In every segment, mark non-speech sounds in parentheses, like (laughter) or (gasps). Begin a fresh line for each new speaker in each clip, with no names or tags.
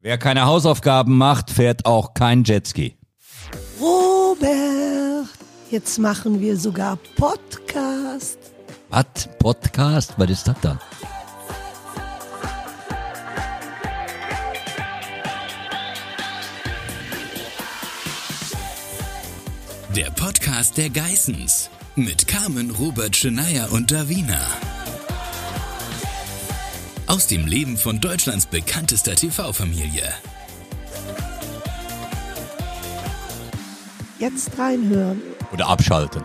Wer keine Hausaufgaben macht, fährt auch kein Jetski.
Robert, jetzt machen wir sogar Podcast.
Was? Podcast? Was ist das dann?
Der Podcast der Geissens mit Carmen, Robert, Scheneier und Davina. Aus dem Leben von Deutschlands bekanntester TV-Familie.
Jetzt reinhören.
Oder abschalten.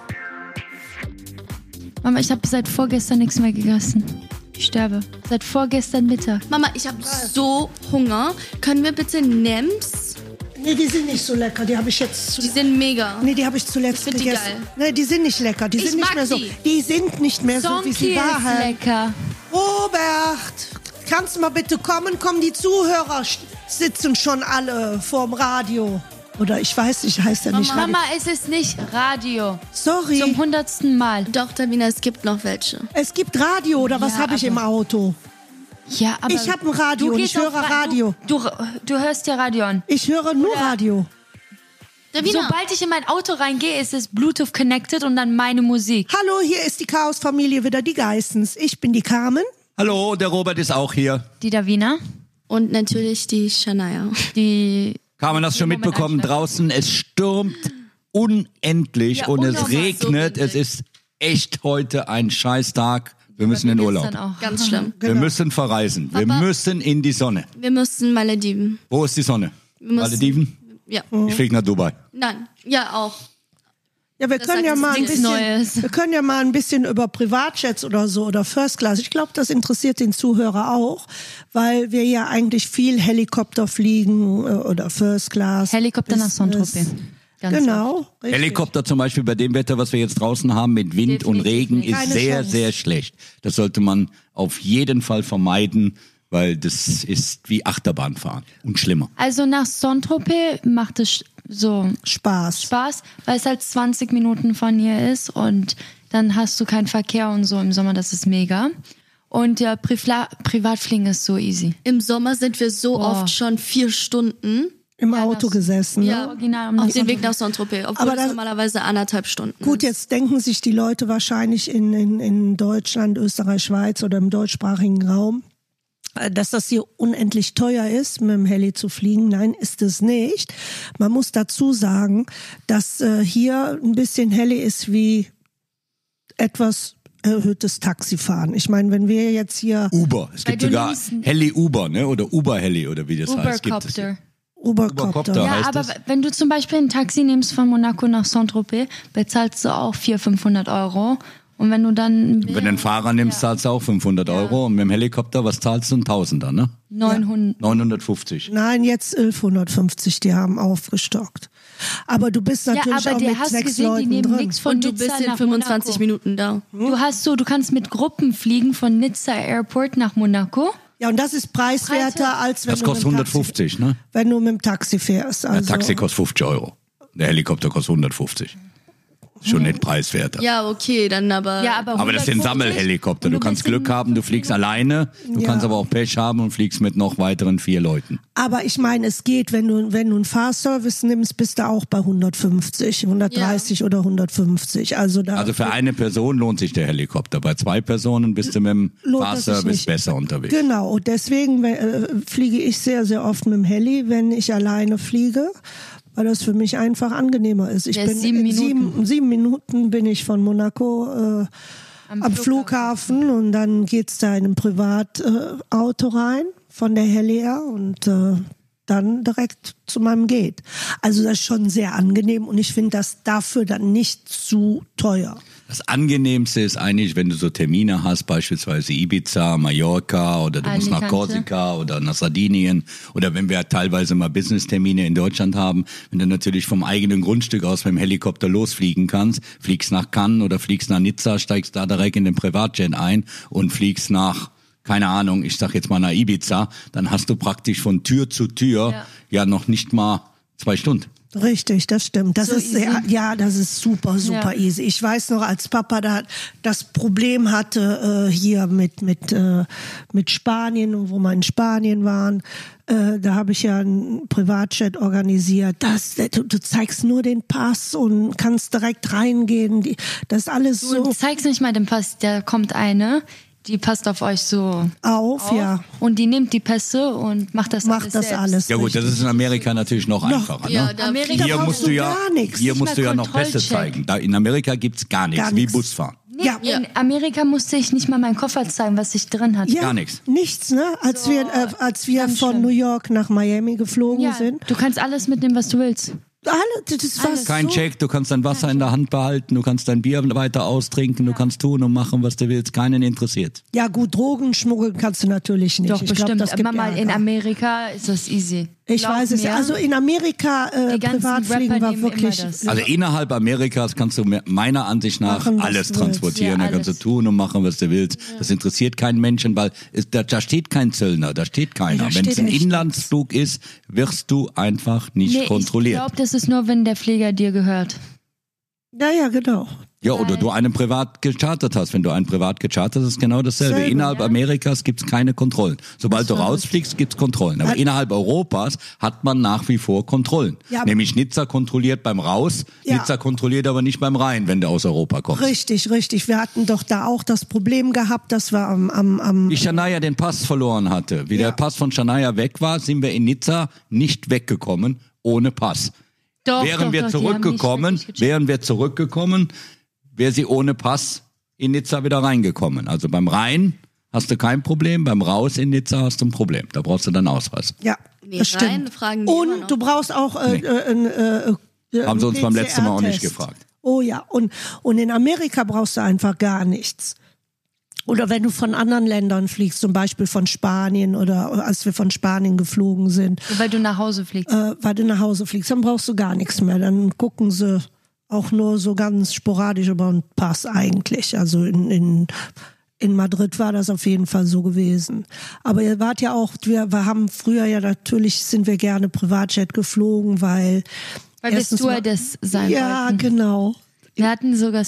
Mama, ich habe seit vorgestern nichts mehr gegessen. Ich sterbe. Seit vorgestern Mittag.
Mama, ich habe so Hunger. Können wir bitte Nems?
Nee, die sind nicht so lecker. Die habe ich jetzt
Die
zuletzt.
sind mega.
Nee, die habe ich zuletzt
find die
gegessen.
geil.
Nee, die sind nicht lecker. Die
Ich
sind nicht
mag
mehr so.
die.
Die sind nicht mehr so, wie sie
Donkey ist
waren.
lecker.
Robert, kannst du mal bitte kommen? Kommen die Zuhörer sch- sitzen schon alle vorm Radio. Oder ich weiß nicht, heißt ja nicht Radio.
Mama, es ist nicht Radio.
Sorry.
Zum hundertsten Mal.
Doch, Tamina, es gibt noch welche.
Es gibt Radio oder was
Ja,
habe ich
aber-
im Auto?
Ja, aber
Ich hab ein Radio
Du
und
gehst
ich höre
auf Ra-
Radio.
Du, du, du hörst dir Radio an.
Ich höre nur Radio.
Davina,
Sobald ich in mein Auto reingehe, ist es Bluetooth connected und dann meine Musik.
Hallo, hier ist die Chaos-Familie wieder, die Geissens. Ich bin die Carmen.
Hallo, der Robert ist auch hier.
Die Davina,
und natürlich
(laughs)
die Shania.
die
Kann man das schon
Moment,
mitbekommen?
einschlafen.
Draußen, es stürmt unendlich
Ja,
und es
unnormal, so
regnet.
windig.
es ist echt heute ein Scheißtag. Wir müssen in Urlaub.
gestern auch.
Ganz schlimm.
Wir müssen verreisen. Wir
Papa.
müssen in die Sonne.
Wir müssen Malediven.
Wo ist die Sonne?
müssen-
Malediven?
Ja.
Oh.
Ich fliege nach Dubai.
Nein. Ja, auch.
Ja, wir können
sagt
ja,
jetzt
mal ein
nichts
bisschen,
Neues.
wir können ja mal ein bisschen über Privatjets oder so oder First Class. Ich glaube, das interessiert den Zuhörer auch, weil wir ja eigentlich viel Helikopter fliegen äh, oder First Class.
Helikopter nach
Business.
Saint-Tropez. Ganz
Genau. richtig.
Helikopter zum Beispiel bei dem Wetter, was wir jetzt draußen haben, mit Wind und
Definitiv
Regen,
nicht.
ist
Keine
sehr,
Chance.
sehr schlecht. Das sollte man auf jeden Fall vermeiden, weil das ist wie Achterbahnfahren und schlimmer.
Also nach Saint-Tropez macht es so
Spaß.
Spaß, weil es halt 20 Minuten von hier ist und dann hast du keinen Verkehr und so im Sommer, das ist mega. Und ja, Privla Privatfliegen ist so easy.
Im Sommer sind wir so
Boah.
oft schon vier Stunden
Im Auto gesessen. Ne?
Ja, original. um
auf
die-
dem Weg nach Saint-Tropez, obwohl
Aber
es
das-
normalerweise anderthalb Stunden
Gut,
ist.
jetzt denken sich die Leute wahrscheinlich in, in, in Deutschland, Österreich, Schweiz oder im deutschsprachigen Raum, äh, dass das hier unendlich teuer ist, mit dem Heli zu fliegen. Nein, ist es nicht. Man muss dazu sagen, dass äh, hier ein bisschen Heli ist wie etwas erhöhtes Taxifahren. Ich meine, wenn wir jetzt hier
Uber. Es gibt
du
sogar
nimmst einen-
Heli-Uber, ne? Oder Uber-Heli oder wie das heißt. Gibt es.
Ubercopter.
Ubercopter.
Ubercopter,
Ja,
heißt
aber
es?
w- wenn du zum Beispiel ein Taxi nimmst von Monaco nach Saint-Tropez, bezahlst du auch 400, 500 Euro. Und wenn du dann
Wenn du einen Fahrer nimmst, zahlst du auch 500 Euro und mit dem Helikopter, was zahlst du? Ein Tausender, ne?
900...
950.
nein, jetzt 1150, die haben aufgestockt. Aber du bist
Ja,
natürlich
aber
auch
die
mit
hast
sechs
gesehen, die
Leuten
nehmen
drin.
nichts von
Und du
Nizza
bist in
nach
25
Monaco.
Minuten da.
Du hast so, du kannst mit Gruppen fliegen von Nizza Airport nach Monaco.
Ja, und das ist preiswerter,
Preiswert.
als wenn
Das
du
kostet
mit dem Taxi-
150, ne?
wenn du mit dem Taxi fährst.
Der
Also,
Taxi kostet 50 Euro. Der Helikopter kostet 150. Schon nicht preiswerter.
Ja, okay, dann aber.
Ja, aber,
Aber das sind
150
Sammelhelikopter.
und
Du kannst
bist in
Glück haben, du fliegst alleine, du
Ja.
kannst aber auch Pech haben und fliegst mit noch weiteren vier Leuten.
aber ich meine, es geht, wenn du, wenn du einen Fahrservice nimmst, bist du auch bei 150, 130 oder 150. Also da
Also für eine Person lohnt sich der Helikopter. Bei zwei Personen bist du mit dem
lohnt es sich
Fahrservice
nicht.
besser unterwegs.
Genau, und deswegen äh, fliege ich sehr, sehr oft mit dem Heli, wenn ich alleine fliege, weil das für mich einfach angenehmer ist. Ich
Der
bin
ist sieben
in
Minuten.
Sieben, sieben Minuten bin ich von Monaco äh, am, Flughafen. und dann geht's da in ein Privatauto äh, Auto rein von der Heli her und äh, dann direkt zu meinem Gate. Also das ist schon sehr angenehm und ich finde das dafür dann nicht zu teuer.
Das Angenehmste ist eigentlich, wenn du so Termine hast, beispielsweise Ibiza, Mallorca oder du musst nach
Alicante.
Korsika oder nach Sardinien oder wenn wir teilweise mal Business-Termine in Deutschland haben, wenn du natürlich vom eigenen Grundstück aus mit dem Helikopter losfliegen kannst, fliegst nach Cannes oder fliegst nach Nizza, steigst da direkt in den Privatjet ein und fliegst nach keine Ahnung, ich sag jetzt mal nach Ibiza, dann hast du praktisch von Tür zu Tür ja, noch nicht mal zwei Stunden.
Richtig, das stimmt. Das
So
ist sehr,
easy.
ja, das ist super, super
Ja.
easy. Ich weiß noch, als Papa da das Problem hatte äh, hier mit mit äh, mit Spanien und wo wir in Spanien waren, äh, da habe ich ja einen Privatchat organisiert. Das, du, du zeigst nur den Pass und kannst direkt reingehen. Die, das ist alles so
Und zeig's nicht mal dem Pass, da kommt eine, die passt auf euch so
auf,
auf
ja.
und die nimmt die Pässe und macht das
Macht
alles
das
selbst.
alles.
Ja gut, das ist in Amerika natürlich noch einfacher.
ja,
ne?
da
Amerika
Hier
brauchst
musst
du
du ja,
gar nichts.
hier
Nicht
musst
mal
du ja noch Pässe
Kontrollcheck.
zeigen. Da, in Amerika gibt's gar nichts,
Gar
wie
nichts.
Busfahren.
ja.
Ja.
In Amerika musste ich nicht mal meinen Koffer zeigen, was ich drin hatte.
Ja,
Gar nichts.
Nichts, ne? Als wir, äh, als wir
ganz
von
schlimm.
New York nach Miami geflogen
Ja,
sind.
du kannst alles mitnehmen, was du willst.
Alle, das war
Alles.
Kein
so
Check, du kannst dein Wasser in der Hand behalten, du kannst dein Bier weiter austrinken, du kannst tun und machen, was du willst. Keinen interessiert.
Ja gut, Drogen schmuggeln kannst du natürlich nicht.
Doch,
ich
bestimmt.
Glaub, das gibt
Aber mal in
Ärger.
Amerika ist das easy.
Ich
Glaub
weiß es.
mir.
Also in Amerika äh,
Die ganzen
Privatfliegen
Rapper
war
nehmen immer
wirklich.
das.
Also innerhalb Amerikas kannst du me- meiner Ansicht nach
Machen, was
alles
du willst.
transportieren,
Ja,
da kannst du
alles.
tun und machen, was du willst. Das interessiert keinen Menschen, weil es, da, da steht kein Zöllner, da steht keiner.
da
Wenn es
steht
ein
echt
Inlandsflug ist, wirst du einfach nicht
Nee,
kontrolliert.
Ich glaube, das ist nur, wenn der Pfleger dir gehört.
Ja, ja, genau.
Ja, oder du einen privat gechartert hast. Wenn du einen privat gechartert hast, ist genau dasselbe.
Selbe,
innerhalb Amerikas gibt's keine Kontrollen. Sobald du rausfliegst, gibt's Kontrollen. Aber innerhalb Europas hat man nach wie vor Kontrollen.
Ja.
Nämlich Nizza kontrolliert beim Raus,
Ja.
Nizza kontrolliert aber nicht beim Rein, wenn du aus Europa kommst.
Richtig, richtig. Wir hatten doch da auch das Problem gehabt, dass wir am, am, am
Wie Shania den Pass verloren hatte, wie der Pass von Shania weg war, sind wir in Nizza nicht weggekommen ohne Pass.
Doch,
wären
doch,
wir
doch, die haben nicht
zurückgekommen,
wirklich gecheckt.
wären wir zurückgekommen, wäre sie ohne Pass in Nizza wieder reingekommen. Also beim Rein hast du kein Problem, beim Raus in Nizza hast du ein Problem. Da brauchst du dann Ausweis.
ja,
Nee,
das stimmt.
rein fragen die immer
Und
noch.
du brauchst auch äh,
Nee.
äh, ein, äh, äh,
Haben sie uns beim letzten Mal auch nicht
PCR-Test.
gefragt.
Oh ja, und, und in Amerika brauchst du einfach gar nichts. Oder wenn du von anderen Ländern fliegst, zum Beispiel von Spanien oder als wir von Spanien geflogen sind,
Weil du nach Hause fliegst.
äh, weil du nach Hause fliegst, dann brauchst du gar nichts mehr. Dann gucken sie auch nur so ganz sporadisch über den Pass eigentlich. Also in, in, in Madrid war das auf jeden Fall so gewesen. Aber ihr wart ja auch, wir, wir haben früher ja natürlich, sind wir gerne Privatjet geflogen, weil...
Weil wir
erstens mal-
Stewardess sein
Ja,
wollten.
genau.
Wir hatten sogar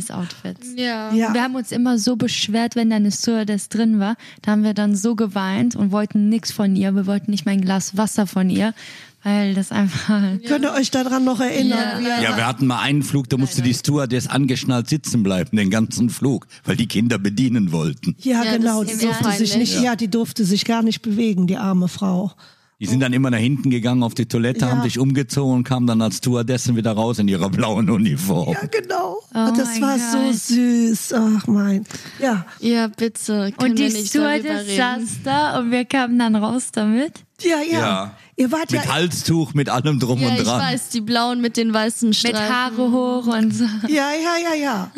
Stewardess-Outfits.
Ja.
Ja.
Wir haben uns immer so beschwert, wenn da eine Stewardess drin war. Da haben wir dann so geweint und wollten nichts von ihr. Wir wollten nicht mal ein Glas Wasser von ihr, weil das einfach...
Könnt ihr euch daran noch erinnern?
Ja.
Ja, wir hatten mal einen Flug, da musste die Stewardess angeschnallt sitzen bleiben, den ganzen Flug, weil die Kinder bedienen wollten.
Ja,
Ja, das
genau.
ist
Die
eben
durfte sich
peinlich.
nicht, ja. die durfte sich gar nicht bewegen, die arme Frau.
Die sind dann immer nach hinten gegangen auf die Toilette,
Ja.
haben sich umgezogen und kamen dann als Stewardessen wieder raus in ihrer blauen Uniform.
Ja, genau.
Oh
das
mein
war so
Gott.
süß. Ach mein. Ja,
Ja, bitte. Können
Und die
wir nicht darüber
Stewardess
reden.
saß da und wir kamen dann raus damit.
ja, ja.
Ja.
Ihr wart
Mit
ja
Halstuch, mit allem drum
Ja,
und
ich
dran.
weiß, die blauen mit den weißen
Mit
Streifen.
Haare hoch und so.
Ja, ja, ja, ja.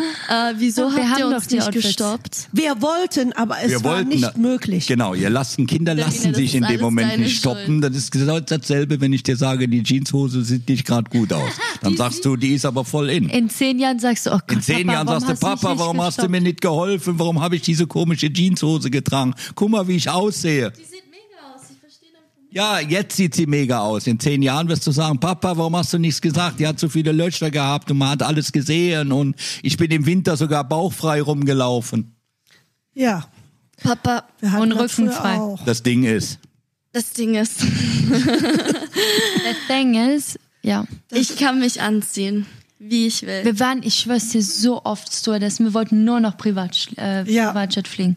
Äh, wieso
Wir
habt ihr
haben
uns
doch die
nicht
Outfits.
gestoppt?
Wir wollten, aber es war nicht
da-
möglich.
Genau, ihr lassen Kinder lassen
das
sich
ist
in dem
alles
Moment
deine
nicht stoppen. Das ist genau dasselbe, wenn ich dir sage, die Jeanshose sieht nicht gerade gut aus. Dann sagst du, die ist aber voll in.
In zehn Jahren sagst du, oh Gott,
In zehn
Papa,
Jahren
warum
sagst du,
hast mich
Papa,
nicht
warum hast du
gestoppt?
mir nicht geholfen? Warum habe ich diese komische Jeanshose getragen? Guck mal, wie ich aussehe.
Die sieht mega aus. Ich verstehe das nicht.
Ja, jetzt sieht sie mega aus. In zehn Jahren wirst du sagen, Papa, warum hast du nichts gesagt? Die hat so viele Löcher gehabt und man hat alles gesehen und ich bin im Winter sogar bauchfrei rumgelaufen.
Ja.
Papa,
Wir hatten
Und
das früher
rückenfrei.
Auch.
Das Ding ist,
das
(laughs)
Ding ist,
The thing is, ja.
ich kann mich anziehen, wie ich will.
Wir waren, ich schwör's dir, so oft Stewardess. Wir wollten nur noch Privat, äh,
Ja.
Privatjet fliegen.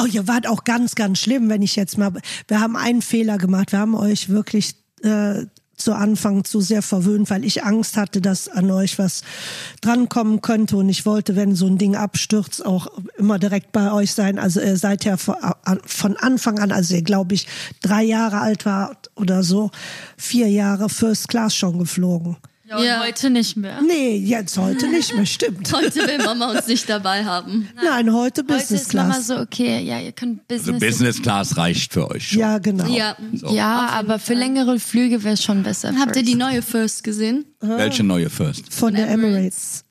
Oh, ihr wart auch ganz, ganz schlimm, wenn ich jetzt mal. Wir haben einen Fehler gemacht. Wir haben euch wirklich äh, zu Anfang zu sehr verwöhnt, weil ich Angst hatte, dass an euch was drankommen könnte. Und ich wollte, wenn so ein Ding abstürzt, auch immer direkt bei euch sein. Also ihr seid ja von an- von Anfang an, also ihr glaube ich drei Jahre alt wart oder so, vier Jahre First Class schon geflogen.
Ja,
und
heute nicht mehr.
Nee, jetzt heute nicht mehr, stimmt.
Heute will Mama uns nicht dabei haben.
Nein, heute
Heute
Business
ist Mama
Class.
so, okay, ja, ihr könnt
also
Business.
Business Class reicht für euch schon.
Ja, genau.
Oh,
Ja.
ja, aber für längere Flüge wäre es schon besser.
Habt ihr
first.
die neue First gesehen?
Welche neue First?
Von der
Emirates.
Emirates.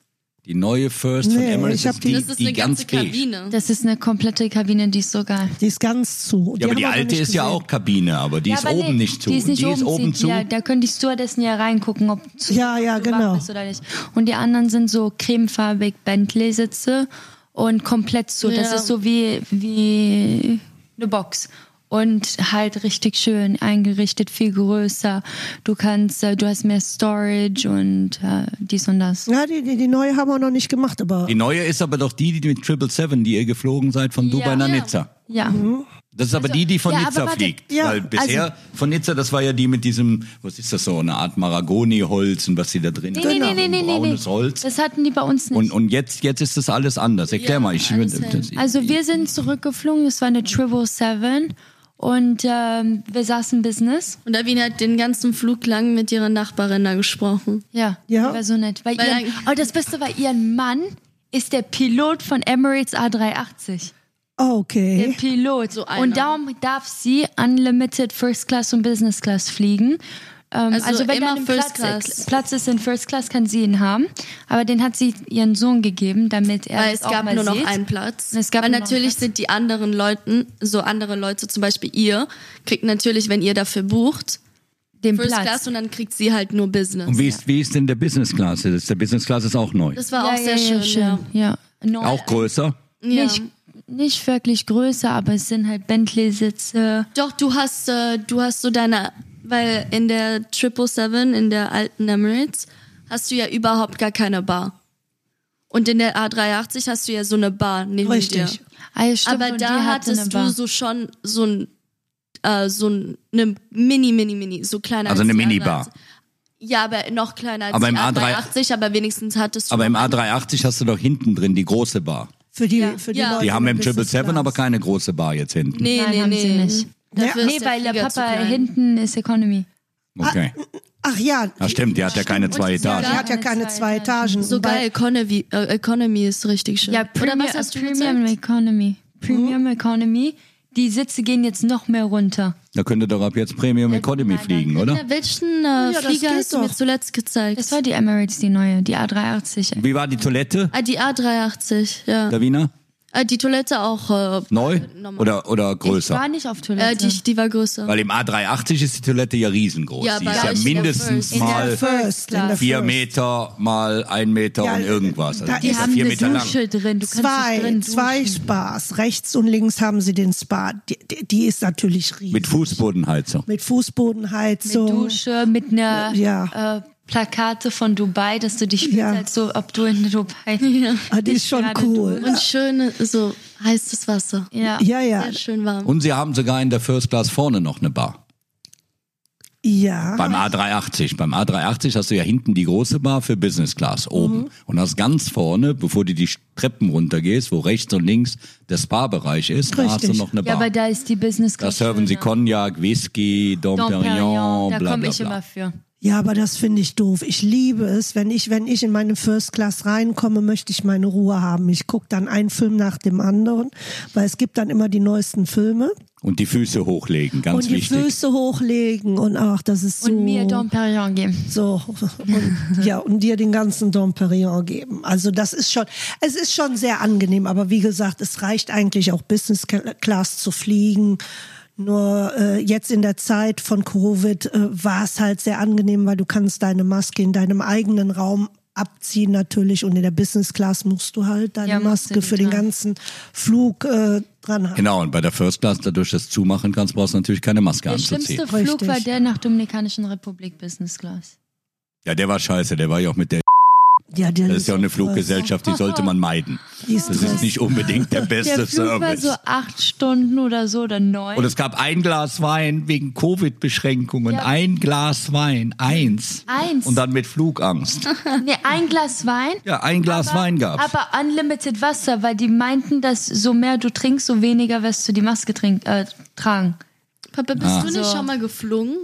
Die neue First von
Nee,
Emirates
ich hab
ist
die-
die,
Das ist
die
eine
ganz
ganze
beige.
Kabine.
Das ist eine komplette Kabine, die ist sogar.
Die ist ganz zu.
Ja, aber
haben
die
wir noch
alte
nicht
ist ja
gesehen.
auch Kabine, aber die
Ja,
ist
aber
oben
nee,
nicht zu.
Die ist, nicht
die
oben,
ist oben
sie-
zu.
Ja, da können die Stewardessen ja reingucken, ob zu
Ja, ja,
zu wach
genau.
ist oder nicht. Und die anderen sind so cremefarbig Bentley-Sitze und komplett zu. Das
Ja.
ist so wie, wie eine Box. Und halt richtig schön eingerichtet, viel größer. Du kannst, äh, du hast mehr Storage und äh, dies und das.
Ja, die, die, die neue haben wir noch nicht gemacht, aber
Die neue ist aber doch die, die mit 777, die ihr geflogen seid von Dubai
Ja.
nach
Ja.
Nizza.
Ja.
Das ist aber die, die von
ja, aber
Nizza
warte.
fliegt.
Ja,
Weil bisher von Nizza, das war ja die mit diesem, was ist das so, eine Art Maragoni-Holz und was sie da drin
Nee,
hat.
nee, Genau. nee, nee, nee, nee.
Braunes Holz.
Das hatten die bei uns nicht.
Und, und jetzt, jetzt ist das alles anders. Erklär mal. Ich,
alles
das,
Also wir sind zurückgeflogen, das war eine 777 und ähm, wir saßen Business.
Und Davina hat den ganzen Flug lang mit ihrer Nachbarin da gesprochen.
Ja,
Ja.
die war so nett. Weil
Weil
ihren,
eigentlich-
oh, das Beste war, ihren Mann ist der Pilot von Emirates A380. Der
okay.
Pilot.
So einer.
und darum darf sie Unlimited First Class und Business Class fliegen. Ähm, also,
Also
wenn da
immer
ein
First
Platz,
Class.
Platz ist in First Class, kann sie ihn haben. Aber den hat sie ihren Sohn gegeben, damit er
Weil
das
es
auch
gab
mal
nur noch
sieht.
einen Platz.
Es gab
Weil
nur noch einen
natürlich
Platz.
sind die anderen Leuten, so andere Leute, zum Beispiel ihr, kriegt natürlich, wenn ihr dafür bucht,
Den
First
Platz.
Class und dann kriegt sie halt nur Business.
und wie ist, wie ist denn der Business Class? Das, der Business Class ist auch neu.
das war
ja,
auch sehr
ja, ja,
schön. Ja.
Ja. Neu-
auch größer.
Ja.
Nicht, nicht wirklich größer, aber es sind halt Bentley-Sitze.
Doch, du hast, äh, du hast so deine, weil in der 777, in der alten Emirates, hast du ja überhaupt gar keine Bar. Und in der A380 hast du ja so eine Bar neben
Richtig.
dir.
Ah, ja, stimmt,
Aber
und die
da
hatte eine
hattest du
Bar.
so schon so ein, äh, so ein, eine Mini, Mini, Mini, so kleiner
Also
als
eine
die
Minibar.
A380. Ja, aber noch kleiner als
Aber
die
im A3
A380, aber wenigstens hattest du.
Aber im A380 hast du doch hinten drin die große Bar.
Für die, für die
Ja.
Leute.
Die haben
mit
im
Business
777 aber
Class.
keine große Bar jetzt hinten.
nee,
Nein,
nee,
haben
nee.
sie nicht.
Dafür
Nee,
ist
weil der
Flieger zu
Papa
klein.
hinten ist Economy.
Okay.
Ach ja,
Ja, stimmt, die hat ja keine zwei
ja, die
Etagen.
hat ja keine zwei Etagen. Und
Sogar
bei-
Economy, äh, Economy ist richtig schön.
Ja, Premium,
Oder was hast du
Premium
gesagt? Hm?
Economy. Premium Economy. Die Sitze gehen jetzt noch mehr runter.
Da könnte doch ab jetzt Premium Economy fliegen, oder?
Na, welchen äh,
Ja, das
Flieger
geht
hast
doch.
du mir zuletzt gezeigt?
Das war die Emirates, die neue, die A380.
Wie war die Toilette,
ah, die A380, ja.
Davina?
Ah, die Toilette auch, äh,
Neu
Normal.
oder, oder
Ich war
größer?
nicht auf
äh,
Toilette.
die, die war größer.
Weil im A380 ist die Toilette ja riesengroß.
Ja,
die
aber
ist ja
gleich in der
mindestens
First.
mal
der First, in der
vier
First.
Meter mal ein Meter
Ja,
und irgendwas. Also
da
die
die
ist ja
haben
vier
eine
Meter lang.
Dusche drin. Du kannst dich
Zwei,
drin
zwei
duschen.
Spas. Rechts und links haben sie den Spa. Die, die, die ist natürlich riesig.
Mit Fußbodenheizung.
Mit
Mit
Fußbodenheizung.
Dusche, mit einer
Ja.
äh, Plakate von Dubai, dass du dich fühlst,
Ja.
als so, ob du in Dubai (laughs)
Ah, die ist schon
Gerade
cool.
Und schön, so heißes Wasser.
Ja.
Ja, ja.
Sehr schön warm.
Und sie haben sogar in der First Class vorne noch eine Bar.
Ja.
Beim A380. Beim A380 hast du ja hinten die große Bar für Business Class
Mhm.
oben. Und hast ganz vorne, bevor du die Treppen runtergehst, wo rechts und links der Spa-Bereich ist, da hast du
Richtig.
noch eine Bar.
Ja, aber da ist die Business
da serven sie Cognac, Whisky, Dom Perignon,
Da
bla
komme
bla
ich
bla.
immer für.
Ja, aber das finde ich doof. Ich liebe es, wenn ich, wenn ich in meine First Class reinkomme, möchte ich meine Ruhe haben. Ich gucke dann einen Film nach dem anderen, weil es gibt dann immer die neuesten Filme.
Und die Füße hochlegen, ganz
und die
wichtig.
Füße hochlegen und ach, das ist so.
Und mir Dom Perignon geben.
So, und, ja, und dir den ganzen Dom Perignon geben. Also das ist schon, es ist schon sehr angenehm, aber wie gesagt, es reicht eigentlich auch Business Class zu fliegen. Nur äh, jetzt in der Zeit von Covid äh, war es halt sehr angenehm, weil du kannst deine Maske in deinem eigenen Raum abziehen natürlich und in der Business Class musst du halt deine
Ja, musst du
Maske für den
dran.
ganzen Flug äh, dran haben.
Genau, und bei der First Class, dadurch, dass du zumachen kannst, brauchst du natürlich keine Maske
Der
anzuziehen.
schlimmste Flug
Richtig.
war der nach Dominikanischen Republik Business Class.
Ja, der war scheiße, der war ja auch mit der.
Ja, der
Genau.
Das ist ja auch eine
so krass.
Fluggesellschaft, die sollte man meiden.
Die
Das ist nicht unbedingt der
Der
beste
Flug war
Service.
so acht Stunden oder so oder neun.
Und es gab ein Glas Wein wegen Covid-Beschränkungen.
Ja.
Ein Glas Wein, eins.
Eins.
Und dann mit
(laughs)
Flugangst.
nee, ein Glas Wein.
Ja, ein Glas Wein gab's.
Aber unlimited Wasser, weil die meinten, dass so mehr du trinkst, so weniger wirst du die Maske trink, äh, tragen.
Ah.
Papa, bist du nicht
So.
schon mal geflogen?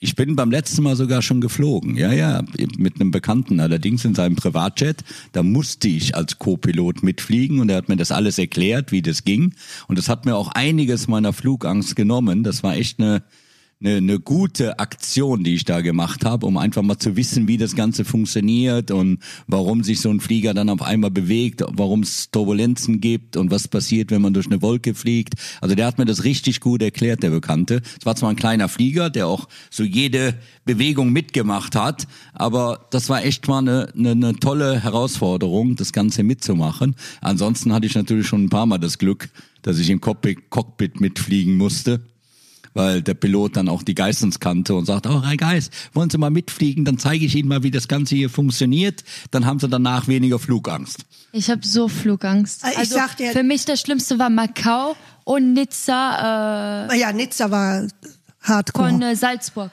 Ich bin beim letzten Mal sogar schon geflogen. Ja, ja, mit einem Bekannten allerdings in seinem Privatjet. Da musste ich als Co-Pilot mitfliegen und er hat mir das alles erklärt, wie das ging. Und das hat mir auch einiges meiner Flugangst genommen. Das war echt eine, eine, eine gute Aktion, die ich da gemacht habe, um einfach mal zu wissen, wie das Ganze funktioniert und warum sich so ein Flieger dann auf einmal bewegt, warum es Turbulenzen gibt und was passiert, wenn man durch eine Wolke fliegt. Also der hat mir das richtig gut erklärt, der Bekannte. Es war zwar ein kleiner Flieger, der auch so jede Bewegung mitgemacht hat, aber das war echt mal eine, eine, eine tolle Herausforderung, das Ganze mitzumachen. Ansonsten hatte ich natürlich schon ein paar Mal das Glück, dass ich im Cockpit, Cockpit mitfliegen musste weil der Pilot dann auch die Geistens kannte und sagt, oh Herr Geist, wollen Sie mal mitfliegen, dann zeige ich Ihnen mal, wie das Ganze hier funktioniert. Dann haben Sie danach weniger Flugangst.
Ich habe so Flugangst.
Äh, ich
Also
sag dir-
für mich das Schlimmste war Macau und Nizza äh,
Ja, Nizza war hardcore.
von äh, Salzburg.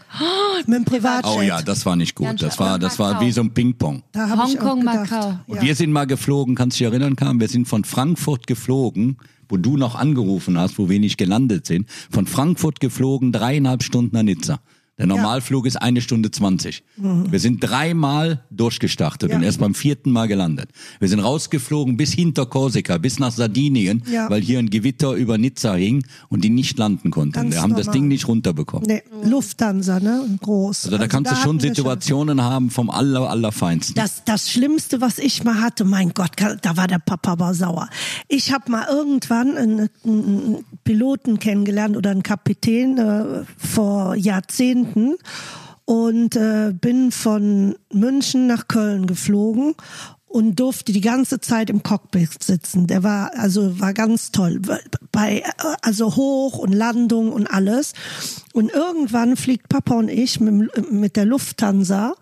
(gasps)
Oh,
Mit dem Privatjet.
Oh ja, das war nicht gut.
Ganz
Das
schön.
war, das war wie so ein Ping-Pong.
Da hab ich auch
Hongkong,
gedacht,
Macau.
Und
Ja.
wir sind mal geflogen, kannst du dich erinnern, Carmen? Wir sind von Frankfurt geflogen, wo du noch angerufen hast, wo wir nicht gelandet sind. Von Frankfurt geflogen, dreieinhalb Stunden nach Nizza. Der Normalflug ist eine Stunde zwanzig. Wir sind dreimal durchgestartet
Mhm. Ja.
und erst beim vierten Mal gelandet. Wir sind rausgeflogen bis hinter Korsika, bis nach Sardinien,
Ja.
weil hier ein Gewitter über Nizza hing und die nicht landen konnten.
Ganz
wir haben das
normal.
Ding nicht runterbekommen.
Nee, Lufthansa, ne? Groß.
Also da kannst du
hatten
schon
wir
Situationen haben vom aller, allerfeinsten.
Das, das Schlimmste, was ich mal hatte, mein Gott, da war der Papa aber sauer. Ich habe mal irgendwann einen, einen Piloten kennengelernt oder einen Kapitän äh, vor Jahrzehnten und äh, bin von München nach Köln geflogen und durfte die ganze Zeit im Cockpit sitzen. Der war also war ganz toll bei äh, also hoch und Landung und alles. Und irgendwann fliegt Papa und ich mit, dem- mit der Lufthansa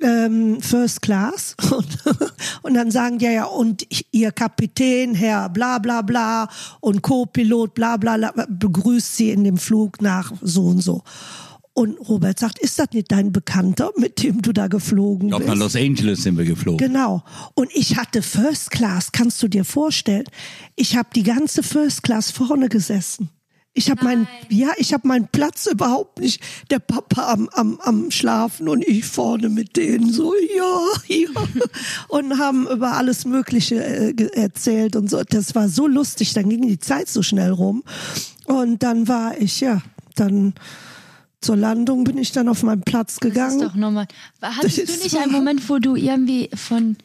ähm, First Class (laughs) und, und dann sagen die ja, ja, und ihr Kapitän, Herr bla bla bla und Co-Pilot bla bla bla begrüßt sie in dem Flug nach so und so. Und Robert sagt, ist das nicht dein Bekannter, mit dem du da geflogen
Auch
bist?
nach Los Angeles sind wir geflogen.
Genau. Und ich hatte First Class, kannst du dir vorstellen? Ich habe die ganze First Class vorne gesessen. Ich habe meinen, ja, ich habe meinen Platz überhaupt nicht. Der Papa am, am, am Schlafen und ich vorne mit denen so, ja, (laughs) ja. Und haben über alles Mögliche äh, ge- erzählt und so. Das war so lustig, dann ging die Zeit so schnell rum. Und dann war ich, ja, dann zur Landung bin ich dann auf meinen Platz
das ist
gegangen.
doch normal. Hattest
Das
du
ist
nicht
wahr.
einen Moment, wo du irgendwie von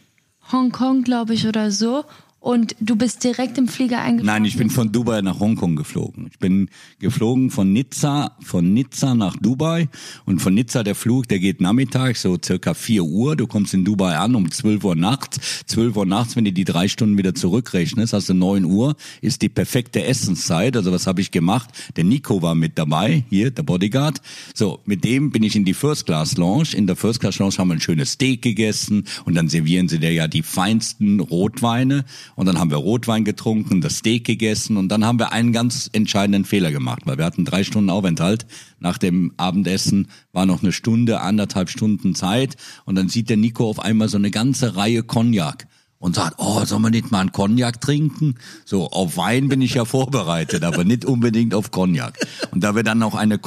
Hongkong, glaube ich, oder so und du bist direkt im Flieger eingeschlafen?
Nein, ich bin von Dubai nach Hongkong geflogen. Ich bin geflogen von Nizza, von Nizza nach Dubai und von Nizza der Flug, der geht nachmittags so circa 4 Uhr. Du kommst in Dubai an um 12 Uhr nachts. 12 Uhr nachts, wenn du die drei Stunden wieder zurückrechnest, hast du 9 Uhr, ist die perfekte Essenszeit. Also was habe ich gemacht? Der Nico war mit dabei, hier, der Bodyguard. So, mit dem bin ich in die First Class Lounge. In der First Class Lounge haben wir ein schönes Steak gegessen und dann servieren sie dir ja die feinsten Rotweine und dann haben wir Rotwein getrunken, das Steak gegessen und dann haben wir einen ganz entscheidenden Fehler gemacht, weil wir hatten drei Stunden Aufenthalt. Nach dem Abendessen war noch eine Stunde, anderthalb Stunden Zeit und dann sieht der Nico auf einmal so eine ganze Reihe Cognac und sagt, oh, soll man nicht mal einen Cognac trinken? So, auf Wein bin ich ja vorbereitet, aber nicht unbedingt auf Cognac. Und da wir dann noch eine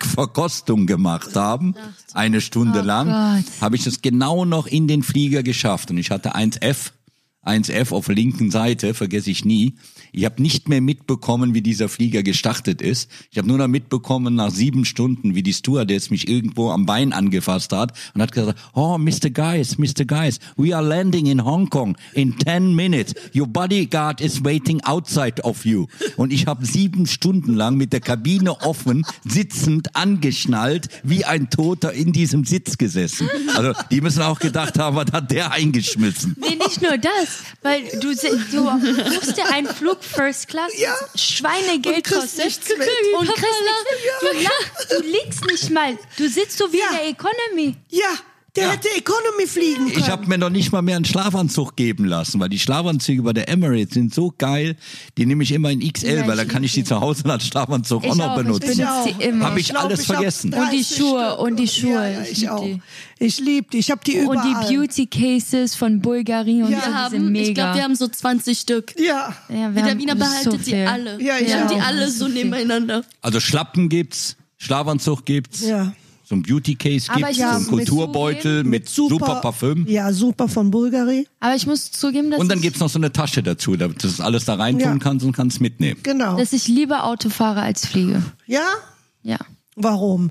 Cognac-Verkostung gemacht haben, eine Stunde lang,
Gott.
habe ich das genau noch in den Flieger geschafft. Und ich hatte 1F, 1F auf der linken Seite, vergesse ich nie. Ich habe nicht mehr mitbekommen, wie dieser Flieger gestartet ist. Ich habe nur noch mitbekommen, nach sieben Stunden, wie die Stewardess mich irgendwo am Bein angefasst hat und hat gesagt, oh, Mr. Guys, Mr. Guys, we are landing in Hong Kong in 10 minutes. Your bodyguard is waiting outside of you. Und ich habe sieben Stunden lang mit der Kabine offen, sitzend, angeschnallt, wie ein Toter in diesem Sitz gesessen. Also die müssen auch gedacht haben, was hat der eingeschmissen?
Nee, nicht nur das, weil du, se- du buchst dir einen Flug First Class,
Ja. Und
Schweinegeld
kriegst
kostet
nichts mit.
und kriegst nichts mit. Du, lachst, du liegst nicht mal, du sitzt so wie
Ja.
in der Economy.
Ja, der
Ja.
hätte Economy fliegen können.
Ich habe mir noch nicht mal mehr einen Schlafanzug geben lassen, weil die Schlafanzüge bei der Emirates sind so geil. Die nehme ich immer in XL,
Ja,
weil dann
ich
kann ich die zu Hause als Schlafanzug auch noch benutzen.
Ich
Ich
benutze
auch.
die immer.
Hab ich
glaub,
alles
hab
vergessen.
30
Und die Schuhe,
Stück.
und die Schuhe.
Ja, ja,
Ich
ich,
lieb
auch.
die.
Ich lieb die. Ich habe die
Und
überall.
die Beauty Cases von Bulgari und
Ja.
so,
Wir
die
haben,
sind mega.
ich glaube, wir haben so 20 Stück.
Ja.
ja, wir
Der
haben
Wiener
das ist
behaltet
so
die
viel.
alle.
Ja, ich
wir haben die
auch.
alle
Das ist
so
so viel.
nebeneinander.
Also Schlappen gibt's, Schlafanzug gibt's,
Ja.
so ein Beauty Case
Aber
gibt's,
ich
so
muss
ein
zugeben,
Kulturbeutel mit, super, Parfüm.
Ja, super von Bulgari.
Aber ich muss zugeben, dass
Und dann
ich-
gibt's noch so eine Tasche dazu, damit du das alles da reintun
Ja.
kannst und kannst mitnehmen.
Genau.
dass ich lieber Auto fahre als fliege.
ja?
Ja.
Warum?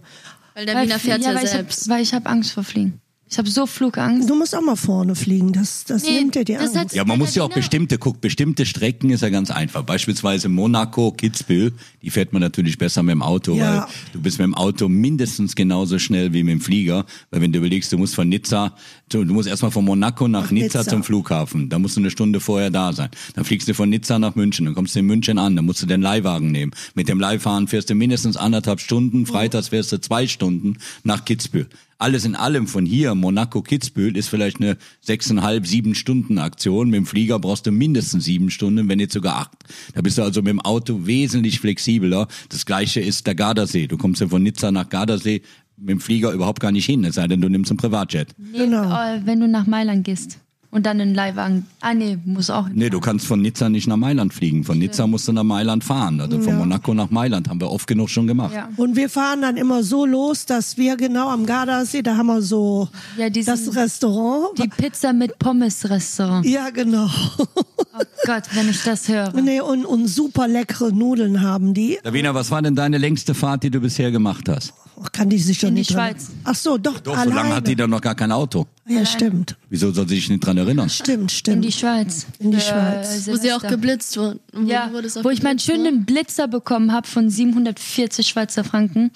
Weil der Wiener fährt ja,
weil
selbst.
Ich hab, weil ich habe Angst vor Fliegen. Ich habe so Flugangst.
Du musst auch mal vorne fliegen, das, das
Nee,
nimmt dir die
das
Angst.
hat-
Hat,
Ja, man muss ja auch
Genau.
bestimmte, guck, bestimmte Strecken ist ja ganz einfach. Beispielsweise Monaco, Kitzbühel, die fährt man natürlich besser mit dem Auto,
Ja.
weil du bist mit dem Auto mindestens genauso schnell wie mit dem Flieger. Weil wenn du überlegst, du musst von Nizza, zu- du musst erstmal von Monaco nach,
Nach
Nizza,
Nizza.
zum Flughafen. Da musst du eine Stunde vorher da sein. Dann fliegst du von Nizza nach München, dann kommst du in München an, dann musst du den Leihwagen nehmen. Mit dem Leihfahren fährst du mindestens anderthalb Stunden, freitags fährst du zwei Stunden nach Kitzbühel. Alles in allem von hier, Monaco Kitzbühel, ist vielleicht eine sechseinhalb, sieben Stunden Aktion. Mit dem Flieger brauchst du mindestens sieben Stunden, wenn nicht sogar acht. Da bist du also mit dem Auto wesentlich flexibler. Das gleiche ist der Gardasee. Du kommst ja von Nizza nach Gardasee mit dem Flieger überhaupt gar nicht hin, es sei denn, du nimmst einen Privatjet.
genau.
Äh, wenn du nach Mailand gehst und dann in den Leihwagen. Ah, nee, muss auch.
Nee, du kannst von Nizza nicht nach Mailand fliegen. Von Nizza musst du nach Mailand fahren. Also von Monaco nach Mailand haben wir oft genug schon gemacht.
Ja.
Und wir fahren dann immer so los, dass wir genau am Gardasee, da haben wir so
Ja, diesen-
das Restaurant.
Die Pizza mit
(laughs)
Pommes-Restaurant.
ja, genau. (laughs)
Oh Gott, wenn ich das höre.
nee, und, und super leckere Nudeln haben die.
Davina, was war denn deine längste Fahrt, die du bisher gemacht hast?
Oh, kann die sich schon
In die
nicht dran-
Schweiz.
Ach so, doch,
Doch, so
alleine.
lange hat die dann noch gar kein Auto.
ja, stimmt.
Wieso soll sie sich nicht dran erinnern?
Stimmt,
In
stimmt.
die Schweiz.
In die
Äh,
Schweiz.
Wo sie auch
Silvester.
geblitzt wurden. Und
Ja,
wurde es auch
wo ich meinen
geblitzt, ne?
schönen Blitzer bekommen habe von 740 Schweizer Franken.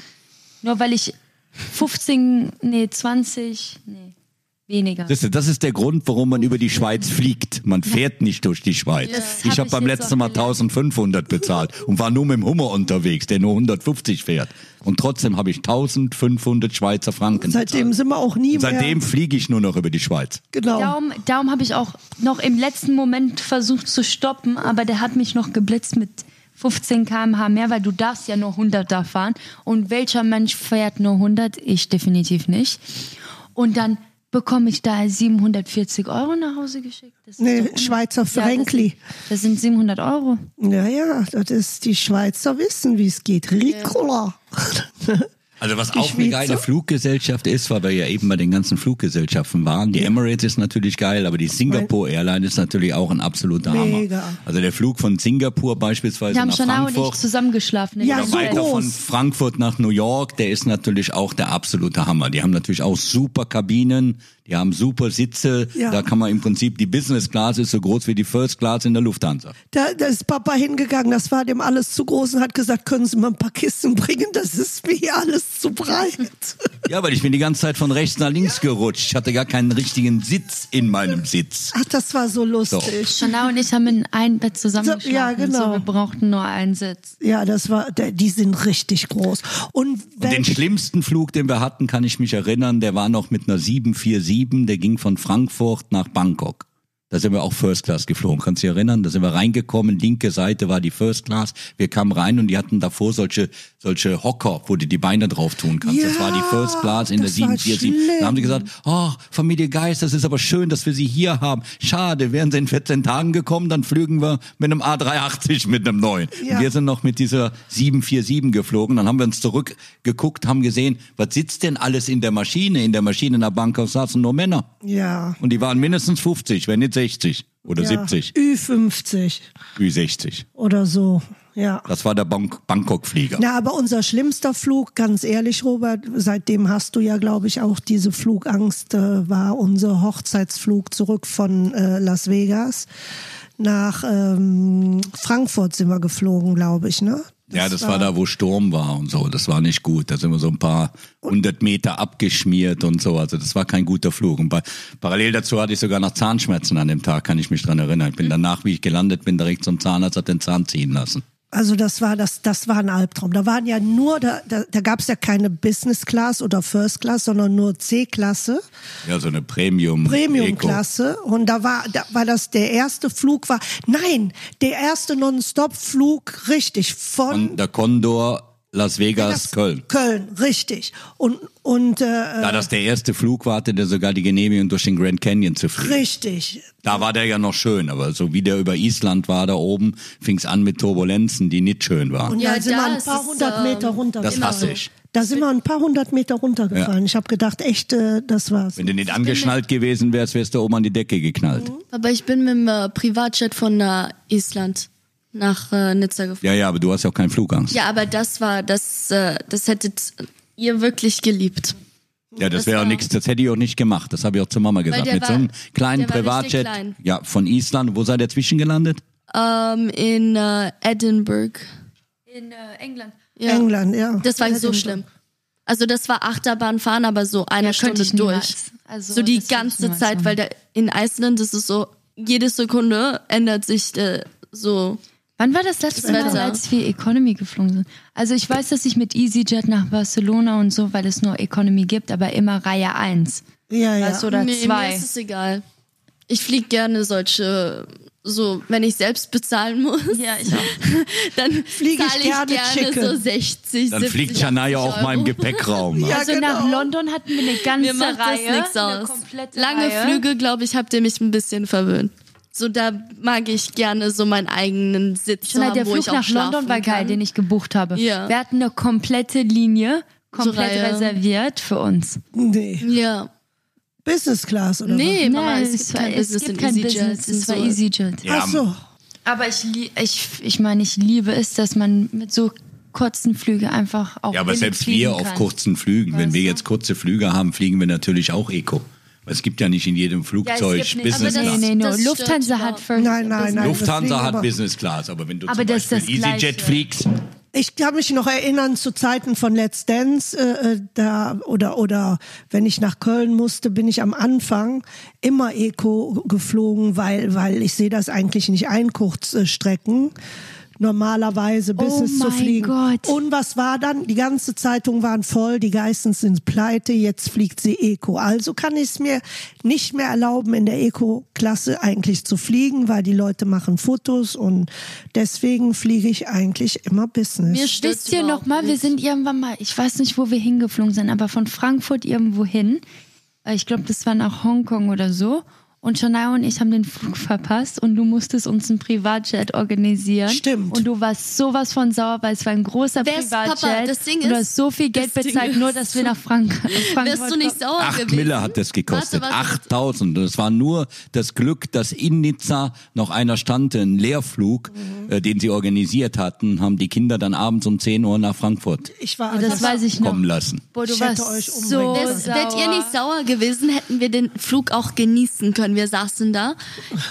Nur weil ich 15, nee, 20, nee, weniger.
Siehst du, Das ist der Grund, warum man über die Schweiz fliegt. Man fährt nicht durch die Schweiz.
Das
Ich
hab
habe
ich
beim
jetzt
letzten
auch
Mal
gelernt.
1500 bezahlt und war nur mit dem Hummer unterwegs, der nur 150 fährt. Und trotzdem habe ich 1500 Schweizer Franken
Seitdem
bezahlt.
sind wir auch nie
Und Seitdem
mehr.
fliege ich nur noch über die Schweiz.
Genau.
Darum, darum habe ich auch noch im letzten Moment versucht zu stoppen, aber der hat mich noch geblitzt mit 15 km/h mehr, weil du darfst ja nur 100 da fahren. Und welcher Mensch fährt nur 100? Ich definitiv nicht. Und dann bekomme ich da 740 Euro nach Hause geschickt. Das ist
Nee,
doch un-
Schweizer
das-
Fränkli.
das sind 700 Euro.
Ja, ja, das ist, die Schweizer wissen, wie es geht. Ricola.
Also was auch eine
Schweizer?
geile Fluggesellschaft ist, weil wir ja eben bei den ganzen Fluggesellschaften waren. Die Emirates ist natürlich geil, aber die Singapore Airline ist natürlich auch ein absoluter
Mega.
Hammer. Also der Flug von Singapur beispielsweise
Wir haben
nach
Shana und ich
Frankfurt.
zusammengeschlafen. in
Ja,
dem
so
Hotel.
Weiter
groß.
von Frankfurt nach New York, der ist natürlich auch der absolute Hammer. Die haben natürlich auch super Kabinen, die haben super Sitze.
Ja.
Da kann man im Prinzip, die Business Class ist so groß wie die First Class in der Lufthansa.
Da, da ist Papa hingegangen, das war dem alles zu groß und hat gesagt, können Sie mal ein paar Kissen bringen, das ist mir hier alles zu breit.
(laughs)
Ja, weil ich bin die ganze Zeit von rechts nach links gerutscht. Ich hatte gar keinen richtigen Sitz in meinem Sitz.
Ach, das war so lustig.
Shana und ich haben in einem Bett zusammengeschlafen.
Ja, genau.
So, wir brauchten nur einen Sitz.
Ja, das war, der- die sind richtig groß. Und,
Und den
welche-
schlimmsten Flug, den wir hatten, kann ich mich erinnern, der war noch mit einer 747, der ging von Frankfurt nach Bangkok. Da sind wir auch First Class geflogen, kannst du dich erinnern? Da sind wir reingekommen, linke Seite war die First Class, wir kamen rein und die hatten davor solche, solche Hocker, wo du die Beine drauf tun kannst. das
Ja,
war die First Class in der
das war
747. Da haben sie gesagt, oh, Familie Geist, das ist aber schön, dass wir sie hier haben. Schade, wären sie in 14 Tagen gekommen, dann flügen wir mit einem A380 mit einem neuen.
Ja.
Und wir sind noch mit dieser 747 geflogen. Dann haben wir uns zurückgeguckt, haben gesehen, was sitzt denn alles in der Maschine? In der Maschine nach Bangkok saßen nur Männer.
ja.
Und die waren mindestens 50, wenn nicht 60 oder
ja.
70,
Ü50
wie 60.
oder so, ja.
Das war der Bank Bangkok-Flieger.
Na, aber unser schlimmster Flug, ganz ehrlich, Robert, seitdem hast du ja, glaube ich, auch diese Flugangst, äh, war unser Hochzeitsflug zurück von äh, Las Vegas. Nach ähm, Frankfurt sind wir geflogen, glaube ich, ne?
ja, das war, da, wo Sturm war und so. Das war nicht gut. Da sind wir so ein paar hundert Meter abgeschmiert und so. Also das war kein guter Flug. Und bei, parallel dazu hatte ich sogar noch Zahnschmerzen an dem Tag, kann ich mich dran erinnern. Ich bin danach, wie ich gelandet bin, direkt zum Zahnarzt, hat den Zahn ziehen lassen.
Also das war das, das war ein Albtraum. Da waren ja nur, da, da, da gab es ja keine Business Class oder First Class, sondern nur C-Klasse.
Ja, so eine Premium.
Premium-Klasse und da war, da war das der erste Flug war, nein, der erste Non-Stop-Flug, richtig, von
Eco. Der Condor Las Vegas,
Das-
Köln.
Köln, richtig. Und, und äh,
Da das der erste Flug war, hatte der sogar die Genehmigung, durch den Grand Canyon zu fliegen.
richtig.
Da war der ja noch schön, aber so wie der über Island war, da oben, fing's an mit Turbulenzen, die nicht schön waren.
Und
Ja,
dann sind wir
da
ein
ist
paar
es,
hundert
ähm,
Meter runter.
das hasse ich.
Da sind wir ein paar hundert Meter runtergefallen. Ich habe gedacht, echt, äh, das war's.
Wenn du nicht angeschnallt gewesen
Mhm.
wärst, wärst du oben an die Decke geknallt.
Aber ich bin mit dem äh, Privatjet von äh, Island nach äh, Nizza geflogen.
Ja, ja, aber du hast ja auch keinen Flugangst.
Ja, aber das war, das, äh, das hättet ihr wirklich geliebt.
Ja, das wäre auch
war-
nichts, das hätte ich auch nicht gemacht. Das habe ich auch zur Mama gesagt.
der
Mit so
war-
einem kleinen
der war richtig
Privatjet.
klein.
Ja, von Island. Wo seid ihr zwischengelandet?
Ähm, in äh, Edinburgh.
In äh, England.
Ja.
England, ja.
Das war so
Edinburgh.
schlimm. Also das war Achterbahnfahren, aber so eine
Ja, könnte
Stunde
ich
durch.
niemals. Also,
so die
das könnte ich
ganze
niemals
Zeit,
machen.
weil da, in Island ist es so, jede Sekunde ändert sich äh, so.
Wann war das letzte
Das
Mal,
Wetter.
als wir Economy geflogen sind? Also ich weiß, dass ich mit EasyJet nach Barcelona und so, weil es nur Economy gibt, aber immer Reihe 1.
Ja, ja.
Weißt du, oder
nee, mir
2.
ist es egal. Ich fliege gerne solche, so wenn ich selbst bezahlen muss. Ja, ich (laughs) Dann fliege
ich
ich
gerne
gerne,
Chicken.
so 60,
Dann
70,
fliegt Shania
80
auch mal im
Euro.
Gepäckraum.
Ja, genau.
also nach London hatten wir eine ganze
Mir macht das
Reihe.
nichts
eine
aus.
komplette
Lange
Reihe.
Flüge, glaube ich, habt ihr mich ein bisschen verwöhnt. So, da mag ich gerne so meinen eigenen Sitz
Schon
haben,
der
wo
Flug
ich auch
nach London
schlafen
war geil,
kann.
den ich gebucht habe.
Ja.
Wir hatten eine komplette Linie, komplett
Reihe.
reserviert für uns.
Nee.
Ja.
Business Class oder
Nee, Mama,
Nein,
es gibt kein Business in EasyJet.
Business, es war
und so.
EasyJet.
was? Ach so.
Aber ich, lie- ich, ich meine, ich liebe es, dass man mit so kurzen Flügen einfach auch
Ja, aber
billig
selbst
fliegen
wir
kann.
auf kurzen Flügen, wenn wir jetzt kurze Flüge haben, fliegen wir natürlich auch Eco. Weil es gibt ja nicht in jedem Flugzeug
nicht-
Business
aber
Nee,
Class.
nee,
Das
nee.
stört
Lufthansa
überhaupt
hat
nicht.
First
Nein, nein, nein.
Lufthansa
deswegen,
hat
aber
Business Class, aber wenn du
Aber
zum
das ist
Beispiel
das Gleiche.
EasyJet fliegst,
Ich kann mich noch erinnern zu Zeiten von Let's Dance, äh, äh, da oder oder wenn ich nach Köln musste, bin ich am Anfang immer Eco geflogen, weil weil ich sehe das eigentlich nicht ein Kurzstrecken normalerweise Business zu
Oh mein
fliegen.
Gott.
Und was war dann? Die ganze Zeitung waren voll, die Geistens sind pleite, jetzt fliegt sie Eco. Also kann ich es mir nicht mehr erlauben, in der Eco-Klasse eigentlich zu fliegen, weil die Leute machen Fotos und deswegen fliege ich eigentlich immer Business.
Mir stört
Wisst ihr
überhaupt
noch mal, wir
nicht.
sind irgendwann mal, ich weiß nicht, wo wir hingeflogen sind, aber von Frankfurt irgendwo hin. Äh, Ich glaube, das war nach Hongkong oder so. Und Shania und ich haben den Flug verpasst und du musstest uns einen Privatjet organisieren.
Stimmt.
Und du warst sowas von sauer, weil es war ein großer
Wer ist Papa?
Privatjet.
Das Ding
und du
ist-
hast so viel Geld
das Ding
bezahlt, nur dass wir nach Frank
(laughs)
Frankfurt
Wärst du nicht
kommen.
sauer
8
gewesen?
Mille hat das gekostet.
Warte, warte.
8000. Und es war nur das Glück, dass in Nizza noch einer stand, ein Leerflug,
Mhm.
äh, den sie organisiert hatten, haben die Kinder dann abends um 10 Uhr nach Frankfurt
Ich war
Ja, Das
einfach-
weiß ich noch.
kommen lassen.
Boah, du
Ich hätte
warst
euch umbringen
so
können.
Wärst- Wärt ihr
sauer.
nicht sauer gewesen, hätten wir den Flug auch genießen können. Wir saßen da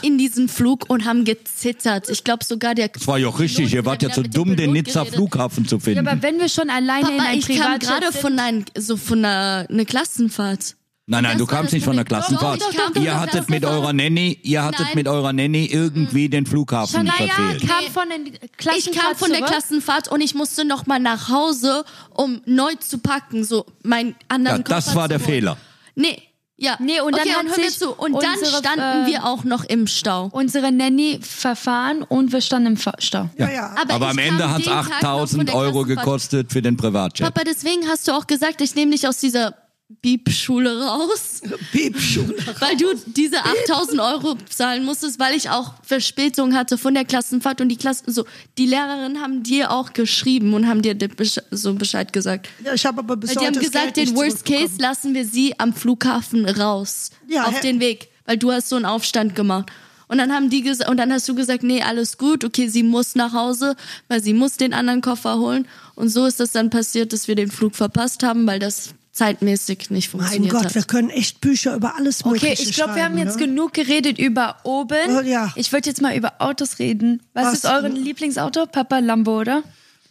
in diesem Flug und haben gezittert. Ich glaube sogar der.
Das war ja auch richtig. Ihr wart ja zu dumm, den Nizza Flughafen zu
Ja,
finden.
aber wenn wir schon alleine in
Papa,
ein
ich kam
Privatjet
gerade
sind-
von einer so von einer eine Klassenfahrt.
nein, nein,
das
du
war
kamst
das
nicht von der
Problem.
Klassenfahrt.
Doch, doch, doch, doch,
ihr
doch,
hattet
Klassenfahrt.
mit eurer Nanny, ihr hattet
Nein. Mhm.
mit eurer Nanny irgendwie den Flughafen
Shania
verfehlt.
kam von den Klassenfahrt
Ich kam von der
zurück.
Klassenfahrt und ich musste noch mal nach Hause, um neu zu packen, so meinen anderen
Ja, das
Koffer
war
zu
der
holen.
Fehler.
Nee, ja.
Nee, und dann
okay,
hat
und hör mir
sich
zu. Und dann
unsere,
standen
äh,
wir auch noch im Stau.
unsere Nanny verfahren und wir standen im Fa- Stau.
Ja, ja.
Aber,
Aber
ich
am
kam
Ende hat es
den Tag noch von
8000
der
Euro
Klassenfahrt.
gekostet für den Privatjet.
Papa, deswegen hast du auch gesagt, ich nehme dich aus dieser Biebschule
(laughs)
raus,
Piepschule.
weil du diese 8000 Euro zahlen musstest, weil ich auch Verspätung hatte von der Klassenfahrt und die Klassen, so, die Lehrerinnen haben dir auch geschrieben und haben dir de- besch- so Bescheid gesagt.
Ja, ich habe aber bis
Weil
heute
die haben
das
gesagt,
Geld
den
nicht
Worst Case
zurückbekommen.
lassen wir sie am Flughafen raus.
Ja,
auf
hä-
den Weg. Weil du hast so einen Aufstand gemacht. Und dann haben die gesagt, und dann hast du gesagt, nee, alles gut, okay, sie muss nach Hause, weil sie muss den anderen Koffer holen. Und so ist das dann passiert, dass wir den Flug verpasst haben, weil das zeitmäßig nicht
Mein
funktioniert
Gott,
hat.
wir können echt Bücher über alles Mögliche
Okay, ich glaube, wir
schreiben,
haben jetzt
ne?
genug geredet über oben.
Oh, ja.
Ich wollte jetzt mal über Autos reden. Was,
Was?
ist euren Lieblingsauto? Papa Lambo, oder?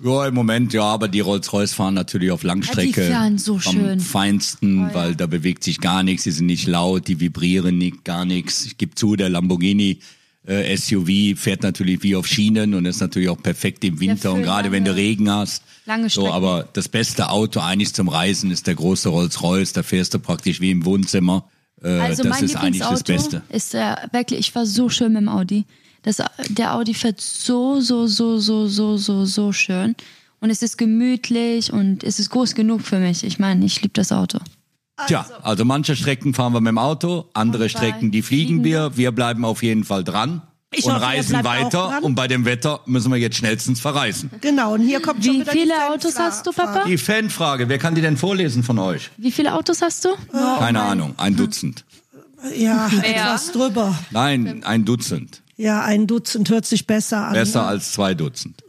Ja, im Moment, ja, aber die Rolls-Royce fahren natürlich auf Langstrecke.
Ja, die fahren so
am
schön. Ah,
feinsten, weil da bewegt sich gar nichts, die sind nicht laut, die vibrieren nicht, gar nichts. Ich gebe zu, der Lamborghini äh, SUV fährt natürlich wie auf Schienen und ist natürlich auch perfekt im Winter
für
und gerade wenn du
lange-
Regen hast.
lange
so,
Strecken.
aber das beste Auto eigentlich zum Reisen ist der große Rolls-Royce, da fährst du praktisch wie im Wohnzimmer. Äh,
Also
das
mein
ist eigentlich das Beste.
Lieblingsauto ist äh, wirklich, ich war so schön mit dem Audi. Das, der Audi fährt so, so, so, so, so, so, so schön. Und es ist gemütlich und es ist groß genug für mich. Ich meine, ich liebe das Auto.
Tja, also manche Strecken fahren wir mit dem Auto, andere Strecken, die fliegen wir. Wir bleiben auf jeden Fall dran
Ich
und
hoffe, ihr
reisen
bleibt auch
weiter.
dran.
Und bei dem Wetter müssen wir jetzt schnellstens verreisen.
Genau, und hier kommt schon
Wie
wieder die
viele
Fanfra-
Autos hast du, Papa?
(laughs) Die Fanfrage, wer kann die denn vorlesen von euch?
Wie viele Autos hast du?
Äh,
Keine Ahnung, ein Dutzend.
Ja, etwas drüber.
Nein, ein Dutzend.
Ja, ein Dutzend hört sich besser an.
Besser als zwei Dutzend.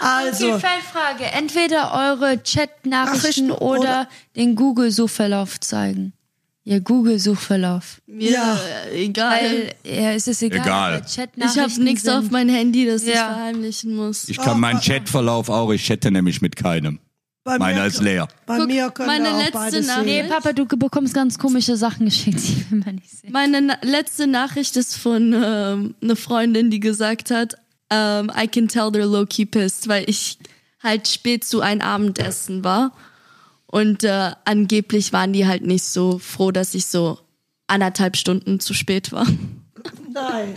Also,
Die Feldfrage, entweder eure Chat-Nachrichten
Nachrichten
oder,
oder-
den Google-Suchverlauf zeigen. Ihr Google-Suchverlauf.
Mir
Ja.
äh, egal.
Weil ja, es ist egal.
Egal.
ob da
ich
Chat-Nachrichten
habe nichts
sind.
auf mein Handy, das ich
Ja.
verheimlichen muss.
Ich kann meinen Chatverlauf auch, ich chatte nämlich mit keinem.
bei
Meiner
mir,
ist leer.
Bei
Guck,
mir können
meine
auch
letzte
beides
Nachricht-
sehen.
Nee, Papa, du bekommst ganz komische Sachen geschickt, die will man nicht sehen.
Meine na letzte Nachricht ist von ähm, einer Freundin, die gesagt hat, ähm, I can tell they're low-key pissed, weil ich halt spät zu ein Abendessen war. Und äh, angeblich waren die halt nicht so froh, dass ich so anderthalb Stunden zu spät war. (laughs)
Nein.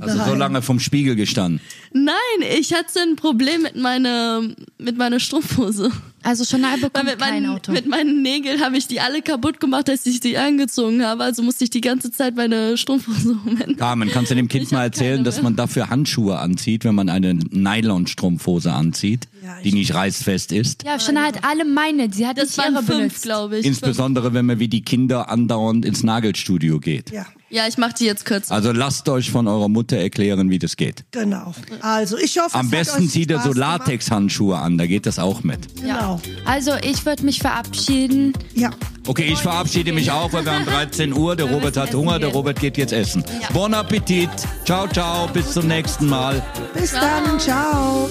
Also so lange vom Spiegel gestanden.
Nein, ich hatte ein Problem mit meiner, mit meiner Strumpfhose.
Also schon mal
Weil
bekommt
mit,
kein
meinen,
Auto.
mit meinen Nägeln habe ich die alle kaputt gemacht, als ich die angezogen habe. Also musste ich die ganze Zeit meine Strumpfhose umwenden.
Carmen, kannst du dem Kind mal erzählen, dass man dafür Handschuhe anzieht, wenn man eine Nylon-Strumpfhose anzieht,
Ja, ich-
die nicht reißfest ist?
ja, schon hat alle meine, sie hat
Das
nicht
waren
ihre
fünf,
benutzt.
glaube ich.
Insbesondere, wenn man wie die Kinder andauernd ins Nagelstudio geht.
Ja,
Ja, ich mache die jetzt kürzer.
Also lasst euch von eurer Mutter erklären, wie das geht.
genau. Also, ich hoffe,
Am
es hat
besten
euch
zieht ihr so
Spaß gemacht.
Latex-Handschuhe an, da geht das auch mit.
Genau.
Also ich würde mich verabschieden.
Ja.
Okay, ich verabschiede mich auch, weil wir haben 13 Uhr. Der Robert hat Hunger, der Robert geht jetzt essen. Bon Appetit. Ciao, ciao. Bis zum nächsten Mal.
Bis dann. Ciao.